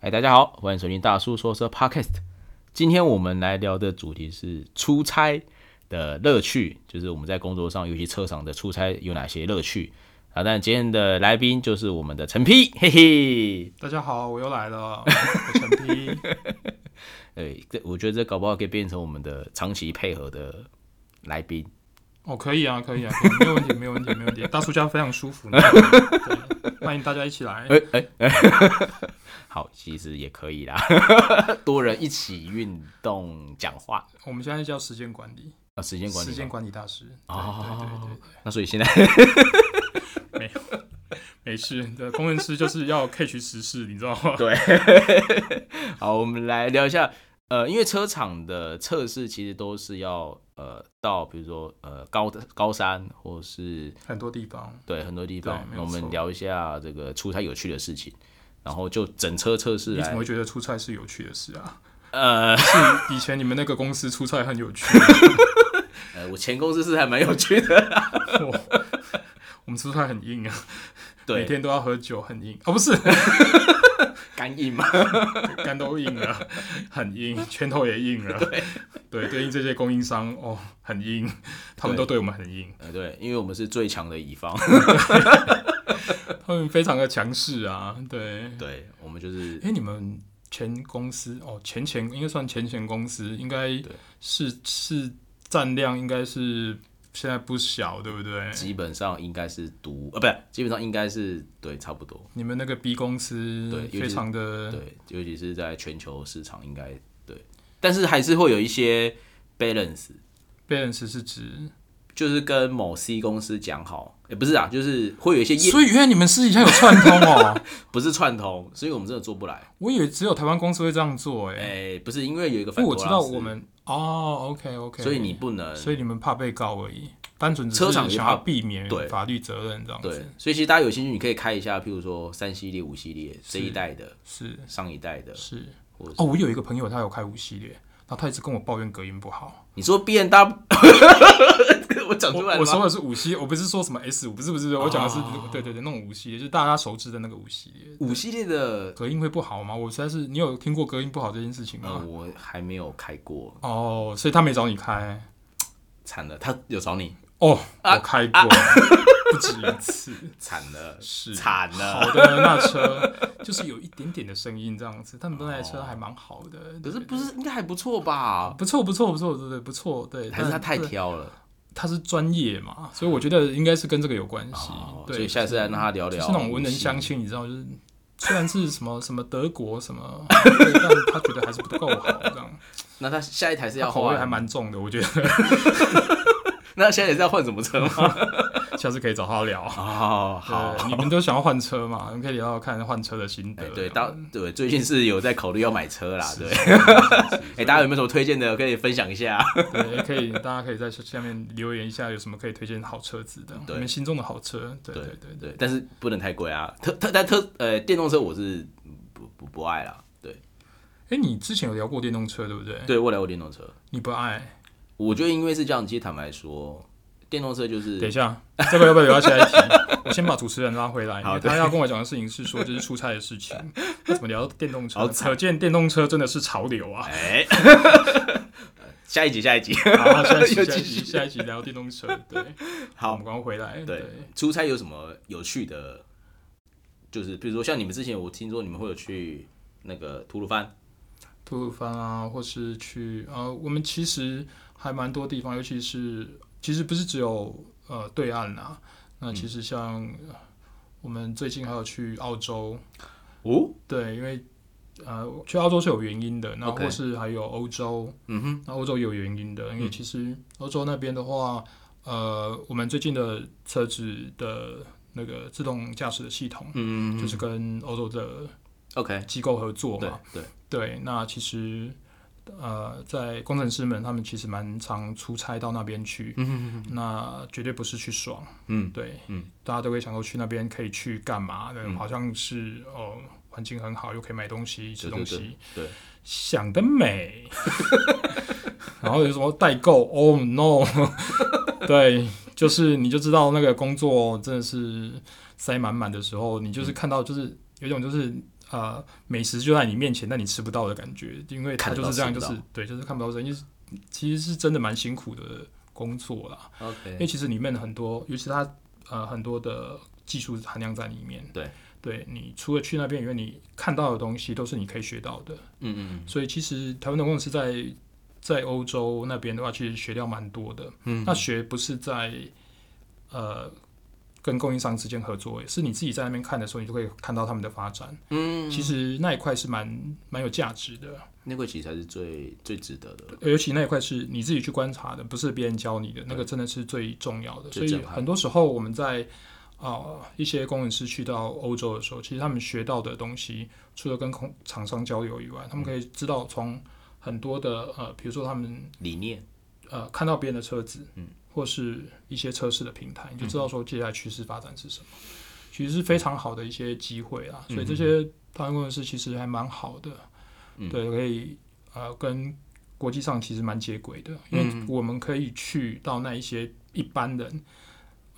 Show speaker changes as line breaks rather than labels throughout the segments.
嗨，哎大家好，欢迎收听大叔说车 Podcast。今天我们来聊的主题是出差的乐趣，就是我们在工作上，尤其车上的出差有哪些乐趣啊？但今天的来宾就是我们的陈批，嘿嘿。
大家好，我又来了，我陈 P。
对，哎这我觉得这搞不好可以变成我们的长期配合的来宾。
哦，可以啊，可以啊，可以没有问题，没有问题，没有问题。大叔家非常舒服，你知道吗对欢迎大家一起来。
好，其实也可以啦， 多人一起运动讲话
我们现在叫时间管理，
啊，时间管理
时
嘛。
间管理大师。
哦
对对对
那所以现在
没事，对，工程师就是要 catch 时事，你知道吗？
对，好，我们来聊一下，呃，因为车厂的测试其实都是要呃到比如说呃高的高山或是
很多地方，
对很多地方
对，没
那
有
我们
错
聊一下这个出差有趣的事情，然后就整车测试
你怎么
来
会，觉得出差是有趣的事啊？
呃
是以前你们那个公司出差很有趣，
呃，我前公司是还蛮有趣 的，
我我们出差很硬啊，每
对，
天都要喝酒，很硬啊，不是
干硬 嘛，
肝都硬了，很硬，拳头也硬了。对对，对应这些供应商哦，很硬，他们都对我们很硬，
呃对，因为我们是最强的乙方，
他们非常的强势啊。对，
对我们就是
哎，你们前公司哦，前前应该算前前公司，应该
对
是是占量应该是现在不小，对不对？
基本上应该是独呃，不是，基本上应该是对差不多，
你们那个 B 公
对
司
尤其
非常的
对，尤其是在全球市场应该对，但是还是会有一些 balance，
balance 是指，
就是跟某 C 公司讲好，也、不是啊，就是会有一些业
所以原来你们私底下有串通哦，
不是串通，所以我们真的做不来。
我以为只有台湾公司会这样做，
哎、
哎，
不是因为有一个反
不，
托
我
拉斯
知道我，们哦，OK OK，
所以你不能
所以你们怕被告而已，单纯只
车
是
厂也
想
怕
要避免
对
法律责任这样
对
子。，
所以其实大家有兴趣，你可以开一下，譬如说三系列、五系列这一代的、
是
上一代的，
是
或者。是
哦，我有一个朋友，他有开五系列，然后他一直跟我抱怨隔音不好。
你说 B N W，我讲
我
出来
我
了吗？
说的是五系，我不是说什么 S 五，不是不是，不是我讲
哦
的是、对对对那种五系列，就是大家熟知的那个五系列。
五系列的，
隔音会不好吗？我实在是，你有听过隔音不好这件事情
呃，
吗？
我还没有开过，
哦，所以他没找你开
惨了，他有找你，
哦，
啊
我开过、不止一次，
惨了，
是
惨了
好。的那车就是有一点点的声音这样子，他们那台车还蛮好的，
可是不是应该还不错吧？
啊不错，不错，不错，对对，不错，对。
还是他
但
太
对
挑了？
他是专业嘛，所以我觉得应该是跟这个有关系
哦。
对，
所以下次再让他聊
就
聊，
是那种文人相。亲，你知道，就是虽然是什么什么德国什么，对但他觉得还是不够好，这样。
那他下一台是
他
要
口味还
换？
蛮重的，我觉得
那下一台是要换什么车吗？
下次可以找他聊。
哦，好。
对你们都想要换车嘛？你们可以聊聊看换车的心
哎
得。，
对，
这样
当对最近是有在考虑要买车啦，对。
是
哎，大家有没有什么推荐的可以分享一下？
对，也可以，大家可以在下面留言一下，有什么可以推荐好车子的，
对
你们心中的好车。对对对对，
对，但是不能太贵啊。特特但特呃，电动车我是不不不爱啦。对，
哎，你之前有聊过电动车对不对？
对我来过电动车，
你不爱？
我觉得因为是这样，其实坦白说，电动车就是
等一下，这个要不要留到下一集？ 我先把主持人拉回来，因
好
为他要跟我讲的事情是说，就是出差的 事情。那怎么聊到电动车
好
呢？
惨
可见电动车真的是潮流 啊！
哎，下一集下一集，
好，下一
又
集，下
继
一
续
集，下一集聊电动车。对，我
好
们，刚回来。
对
对，
出差有什么有趣的？就是比如说像你们之前，我听说你们会有去那个吐鲁番，
吐鲁番啊，或是去呃，我们其实还蛮多地方，尤其是其实不是只有呃对岸啊，那其实像、呃我们最近还有去澳洲，
哦，
对，因为呃去澳洲是有原因的，那
OK
或是还有欧洲，
嗯哼，
那欧洲有原因的，因为
嗯
其实欧洲那边的话，呃，我们最近的车子的那个自动驾驶的系统，
嗯
就是跟欧洲的
OK，
机构合作
对
嘛，
对，
对，那其实呃，在工程师们他们其实蛮常出差到那边去，
嗯
那绝对不是去爽，
嗯
对，
嗯，
大家都会想说去那边可以去干嘛的，
嗯
好像是哦。环境很好，又可以买东西、吃
对对
东西，
对对
想得美。然后有什么代购？Oh no！对，就是你就知道那个工作真的是塞满满的时候，你就是看到就是有一种就是呃美食就在你面前，但你吃不到的感觉，因为它
看得
就
到
是这样，
吃
就
不
是对，就是看不到人，因为其实是真的蛮辛苦的工作啦。因为
，OK，
其实里面很多，尤其它呃很多的技术含量在里面。
对，
对你除了去那边以外，你看到的东西都是你可以学到的。
嗯嗯
所以其实台湾的公司在在欧洲那边的话，其实学料蛮多的。嗯，那学不是在呃跟供应商之间合作，是你自己在那边看的时候，你就会看到他们的发展。
嗯，
其实那一块是蛮蛮有价值的，
那个其实才是最最值得的，
尤其那一块是你自己去观察的，不是别人教你的，那个真的是最重要的。所
最
以
震撼
很多时候我们在啊、呃一些工程师去到欧洲的时候，其实他们学到的东西，除了跟空厂商交流以外，
嗯
他们可以知道从很多的呃，比如说他们
理念，
呃看到别人的车子，嗯，或是一些测试的平台，
嗯
你就知道说接下来趋势发展是什么，其实是非常好的一些机会啊。所以这些台湾工程师其实还蛮好的，
嗯
对，可以呃跟国际上其实蛮接轨的，
嗯
因为我们可以去到那一些一般人。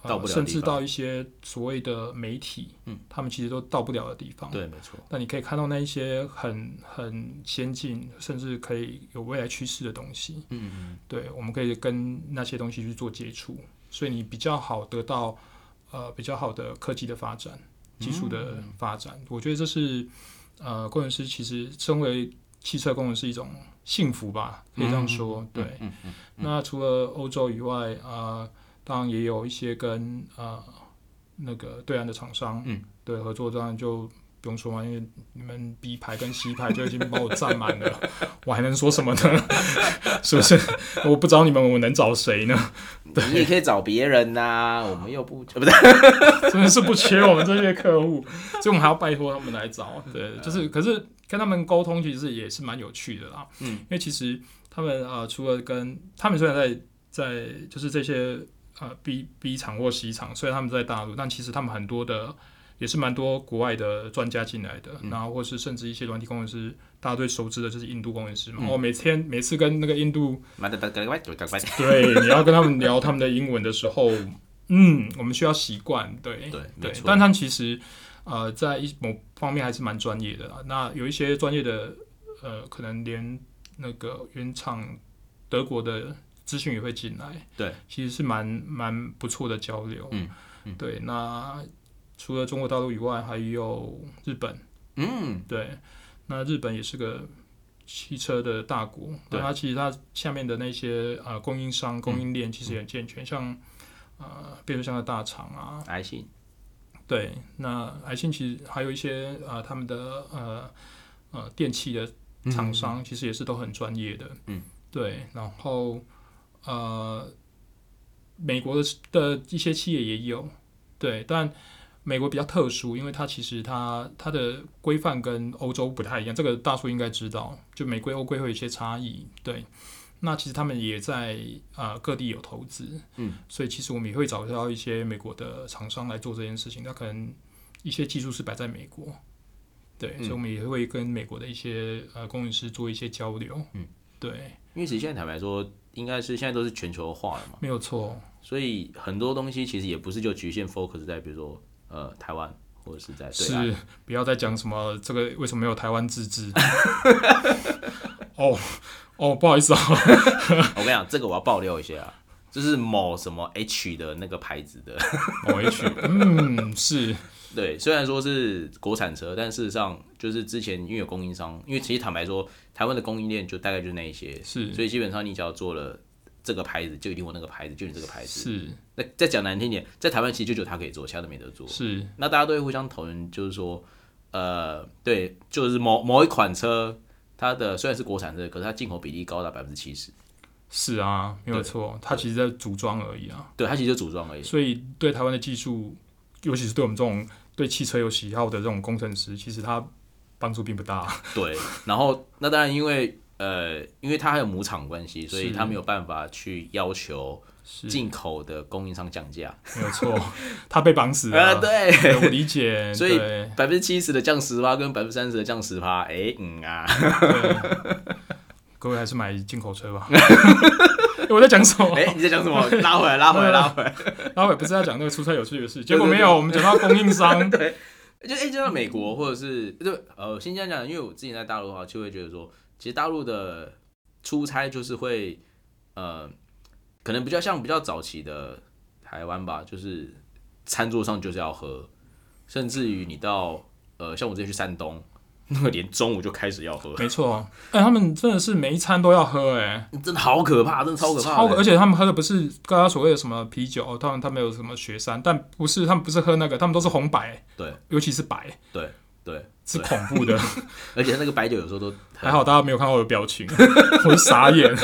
呃
到不了的地
甚至
方
到一些所谓的媒体，
嗯，
他们其实都到不了的地方。
对，没错，
那你可以看到那一些很很先进，甚至可以有未来趋势的东西。
嗯嗯
对，我们可以跟那些东西去做接触，所以你比较好得到呃比较好的科技的发展、
嗯
技术的发展。我觉得这是呃工程师其实身为汽车工程师一种幸福吧，可以这样说。对，
嗯嗯
那除了欧洲以外，呃，当然也有一些跟呃那个对岸的厂商，
嗯，
对合作，当然就不用说嘛，因为你们 B 排跟 C 排就已经把我占满了，我还能说什么呢？ 是不是？我不找你们，我能找谁呢？
嗯，你也可以找别人呐，我们又不，呃不 对，
真的是不缺我们这些客户， 所以我们还要拜托他们来找。对，就是可是跟他们沟通其实也是蛮有趣的啦。
嗯，
因为其实他们呃，除了跟他们虽然在在就是这些呃 B B 厂或 C 厂，虽然他们在大陆，但其实他们很多的也是蛮多国外的专家进来的，然后或是甚至一些软体工程师，大家最熟知的就是印度工程师嘛。我、哦每天每次跟那个印度
妈的，赶快赶快赶快，
对，你要跟他们聊他们的英文的时候，嗯，我们需要习惯，对
对没
对
错，
但他们其实呃，在一某方面还是蛮专业的啦。那有一些专业的呃，可能连那个原厂德国的资讯也会进来，
对，
其实是蛮蛮不错的交流，
嗯嗯
对。那除了中国大陆以外，还有日本，
嗯，
对，那日本也是个汽车的大国，那
对
它其实它下面的那些呃供应商、供应
嗯
链其实也很健全，像呃变速箱的大厂啊，
来信，
对，那癌信其实还有一些呃他们的呃呃电器的厂商，其实也是都很专业的，
嗯，
对，然后呃美国的的一些企业也有，对，但美国比较特殊，因为它其实它它的规范跟欧洲不太一样，这个大叔应该知道，就美规欧规会有一些差异。对，那其实他们也在呃各地有投资，
嗯，
所以其实我们也会找到一些美国的厂商来做这件事情，那可能一些技术是摆在美国。对，
嗯
所以我们也会跟美国的一些呃工程师做一些交流，
嗯，
对，
因为其实现在坦白说，应该是现在都是全球化了嘛，
没有错，
所以很多东西其实也不是就局限 focus 在比如说呃台湾或者是在哎对啊岸，
是不要再讲什么这个为什么没有台湾自 治？哦哦，不好意思啊，
我跟你讲，这个我要爆料一下啊，就是某什么 H 的那个牌子的，
某 H，嗯，是
对，虽然说是国产车，但事实上就是之前因为有供应商，因为其实坦白说，台湾的供应链就大概就那一些，
是
所以基本上你只要做了这个牌子，就一定有那个牌子，就你这个牌子。
是
那再讲难听点，在台湾其实就只有它可以做，其他都没得做。
是，
那大家都会互相讨论，就是说，呃，对，就是某某一款车，它的虽然是国产车，可是它进口比例高达百分之七十，
是啊，没有错，它其实在组装而已啊，
对，它其实就组装而已。
所以对台湾的技术，尤其是对我们这种对汽车有喜好的这种工程师，其实它帮助并不 大，
对，然后那当然因为呃，因为它还有母厂关系，所以
是
它没有办法去要求
是
进口的供应商降价。
没有错，它被绑死
呃，
了，
对，
对我理解，
所以
啊对
百分之七十的降十趴跟百分之三十的降十趴，哎、嗯啊，
对各位还是买进口车 吧。我在讲什么？
哎、你在讲什么？拉回来，拉回来，拉回来。
然后也不是在讲那个出差有趣的事，
对
结果没有，我们讲到供应商。
就哎，就像美国或者是就呃，先这样讲，因为我之前在大陆的话，就会觉得说，其实大陆的出差就是会呃，可能比较像比较早期的台湾吧，就是餐桌上就是要喝，甚至于你到呃，像我之前去山东，那个连中午就开始要喝，
没错，哎、他们真的是每一餐都要喝、哎，
真的好可怕，真的超可怕的，
超而且他们喝的不是刚刚所谓的什么啤酒，哦他们他们有什么雪山，但不是，他们不是喝那个，他们都是红白，
对，
尤其是白，
对对，
是恐怖 的。
而且那个白酒有时候都
还好大家没有看到我的表情， 我是傻眼。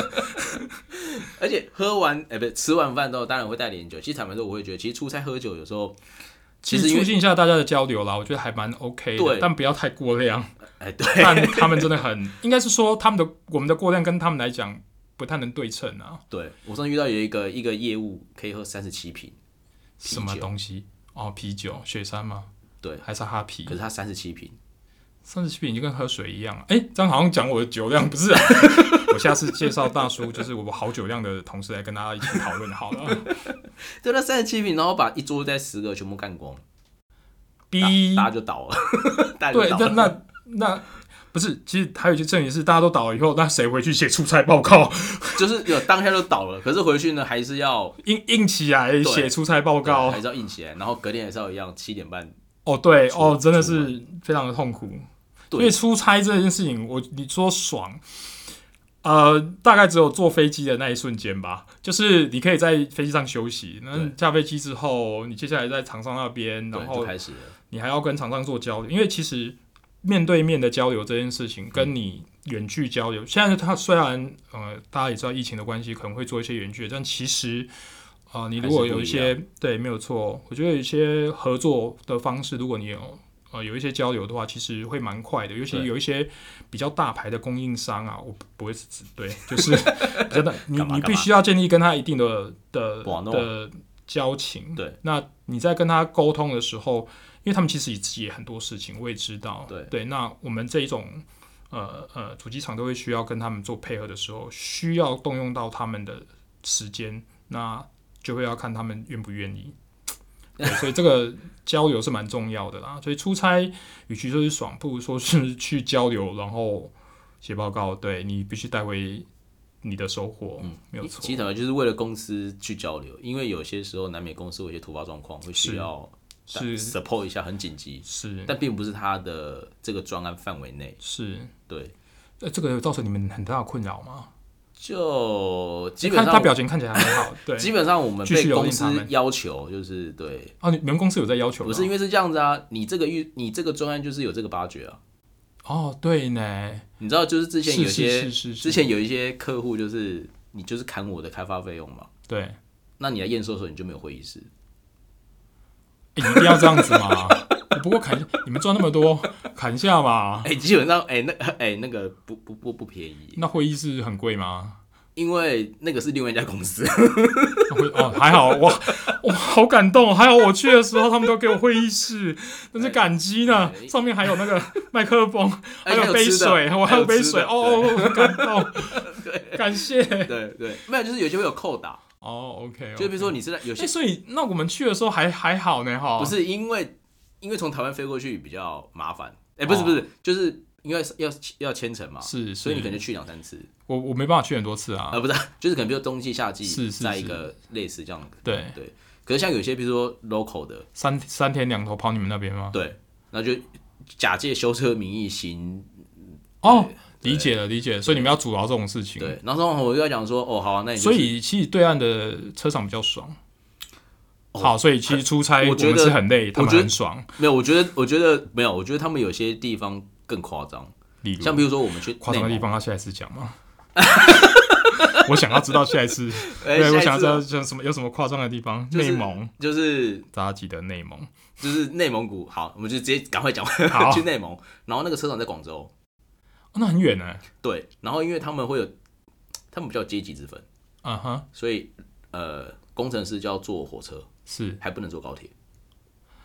而且喝完，哎、不是吃完饭之后，当然会带点酒。其实坦白说，我会觉得，其实出差喝酒有时候， 其实
其实
因
促
为，
进一下大家的交流啦，我觉得还蛮 OK 的
对，
但不要太过量。
哎、 对，
但他们真的很，应该是说他们的我们的过量跟他们来讲不太能对称啊，
对我上次遇到有一个一个业务可以喝三十七瓶，
什么
啤酒
东西哦，啤酒、雪山吗？
对
还是哈啤
可？是他三十七瓶，
三十七瓶就跟喝水一样啊！哎、这样好像讲我的酒量 不是、啊。我下次介绍大叔，就是我好酒量的同事来跟大家一起讨论好 了。
对，那三十七瓶，然后把一桌在十个全部干光，大
B
大家就倒了， 大家就
对，
倒
那
了。
那那不是，其实还有一些证据是，大家都倒了以后，那谁回去写出差报告？
就是有当下就倒了，可是回去呢还是要
硬硬起来写出差报
对
告
还。是要硬起来，然后隔天还是要一样七点半。
哦，对，
出
哦，真的
出
是非常的痛苦。
对
因为出差这件事情，我你说爽，呃，大概只有坐飞机的那一瞬间吧，就是你可以在飞机上休息。那
对
下飞机之后，你接下来在厂商那边，
对，
然
就
后
开始了。
你还要跟厂商做交流，因为其实面对面的交流这件事情，
嗯
跟你远距交流，现在它虽然呃大家也知道疫情的关系，可能会做一些远距，但其实呃你如果有一
还
些对没有错，我觉得有一些合作的方式，如果你有。呃，有一些交流的话，其实会蛮快的，尤其
对
有一些比较大牌的供应商啊，我不不会是指对， 就是比较大，你
干嘛干
你必
嘛
须要建立跟他一定的的
网络
的交情。
对，
那你在跟他沟通的时候，因为他们其实也也很多事情，我也知道。
对
那我们这一种呃呃主机厂都会需要跟他们做配合的时候，需要动用到他们的时间，那就会要看他们愿不 愿意。对所以这个交流是蛮重要的啦。所以出差与其说是爽，不如说是去交流，然后写报告。对你必须带回你的收获，
嗯
没有错
其。实坦白就是为了公司去交流，因为有些时候难免公司有一些突发状况会需
是
要
是
support 一下，很紧急，
是
但并不是他的这个专案范围内。
是，
对，
呃，这个有造成你们很大的困扰吗？
就基本
看哎他
上
表情看起来 很好，对。
基本上我们
继续
被
蹂躏
公司
他们
要求就是对，
哦，你你们公司有在要求吗？
不是因为是这样子啊，你这个预你这个专案就是有这个八掘啊，
哦，对呢，
你知道就是之前有
是是
些
是是是
之前有一些客户就是你就是砍我的开发费用嘛，
对，
那你来验收的时候你就没有会议室，
诶你一定要这样子嘛。 不过砍，你们赚那么多，砍一下嘛。
哎、基本上哎、那哎、那个不不不不便宜，
那会议室很贵吗？
因为那个是另外一家公司，
那会哦，还好哇，我好感动。哦还好我去的时候，他们都给我会议室，真是感激呢。
哎
上面还有那个 麦 克风， 还有杯
吃的
水，我还有杯
吃
水。
的
哦，哦，很感动，感谢。
对对对，没有就是有些会有扣打，
哦，OK，
就比如说你是在有
哎，
些
所以那我们去的时候还还好呢，哈。
不是因为因为从台湾飞过去比较麻烦，哎、不是
哦
不是，就是因为要要签程嘛，
是，
所以你
是
可能就去两三次，
我我没办法去很多次啊。
啊，不是，就是可能比如冬季、夏季，
是是
在一个类似这样的。
对，
对，可是像有些比如说 local 的，
三三天两头跑你们那边吗？
对，那就假借修车名义行，
哦，
对
理解了，理解了。所以你们要阻挠这种事情。，
对，然后我就要讲说，哦，好、啊，那你就
嗯所
是
以其实对岸的车厂比较爽。
哦
好，所以其实出差
我
我
觉得
们是很累，他
我
们
觉得
很爽。
没有，我觉得，我觉得没有，我觉得他们有些地方更夸张，
例如
像比如说我们去
夸张的
内
地
蒙，
方，他下一次 讲吗？我想要知道下一次，
哎
对，我
下
想
一
要
次
知道
哦
像什么有什么夸张的地方？
就是
内蒙，
就是
大家记得内蒙。哦
就是内蒙古，好，我们就直接赶快讲
好
去内蒙，然后那个车厂在广州，
哦那很远呢。
对，然后因为他们会有，他们比较有阶级之分，
啊哈，
所以呃，工程师就要坐火车，
是，
还不能坐高铁，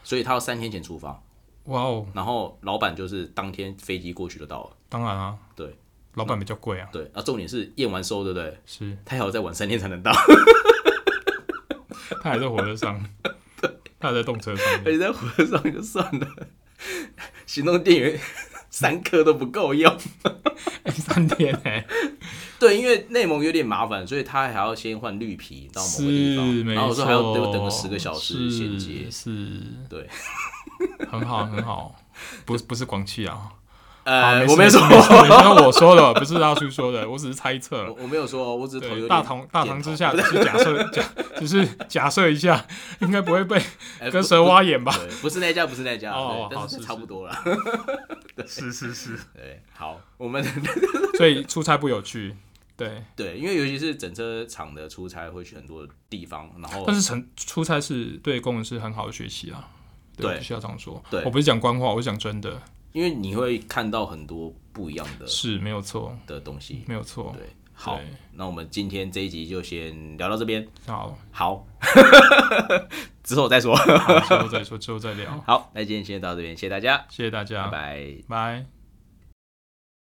所以他要三天前出发，
哇哦，
然后老板就是当天飞机过去就到了。
当然啊，
对，
老板比较贵啊，
对，啊，重点是验完收，对不对？
是，
他还要再晚三天才能到，
他还在火车上，他还在动车上面。
而且在火车上就算了。行动电源三颗都不够用。
三天哎、
对，因为内蒙有点麻烦，所以他还要先换绿皮到某个地
是
方，
没
然后
错，
我说还要等等个十个小时衔
是
接。
是，
对，
很好很好，不是不是广汽啊，好
呃，
没
我没
事
说，
没事没事那我说的，不是大叔说的，我只是猜测。
我我没有说哦，我只是头有
对，
点
大堂大堂之下
点
只是假设假，只是假设一下，应该不会被
哎不
跟蛇 挖眼吧？
对，不是那家，不是那家，
哦
对，
好
但是
是
差不多了。
是是是，
对，好，我们
所以出差不有趣，对，
对，因为尤其是整车厂的出差会去很多地方，然后
但是成出差是对工程师很好的学习啊，
对
必须要这样说。
对
我不是讲官话，我是讲真的，
因为你会看到很多不一样的
是没有错，
的东西。
没有错。
对，好
对，
那我们今天这一集就先聊到这边。
好，
好， 之后再说。
好之后再说，之后再聊。
好，那今天先到这边，谢谢大家，
谢谢大家，
拜拜。
拜。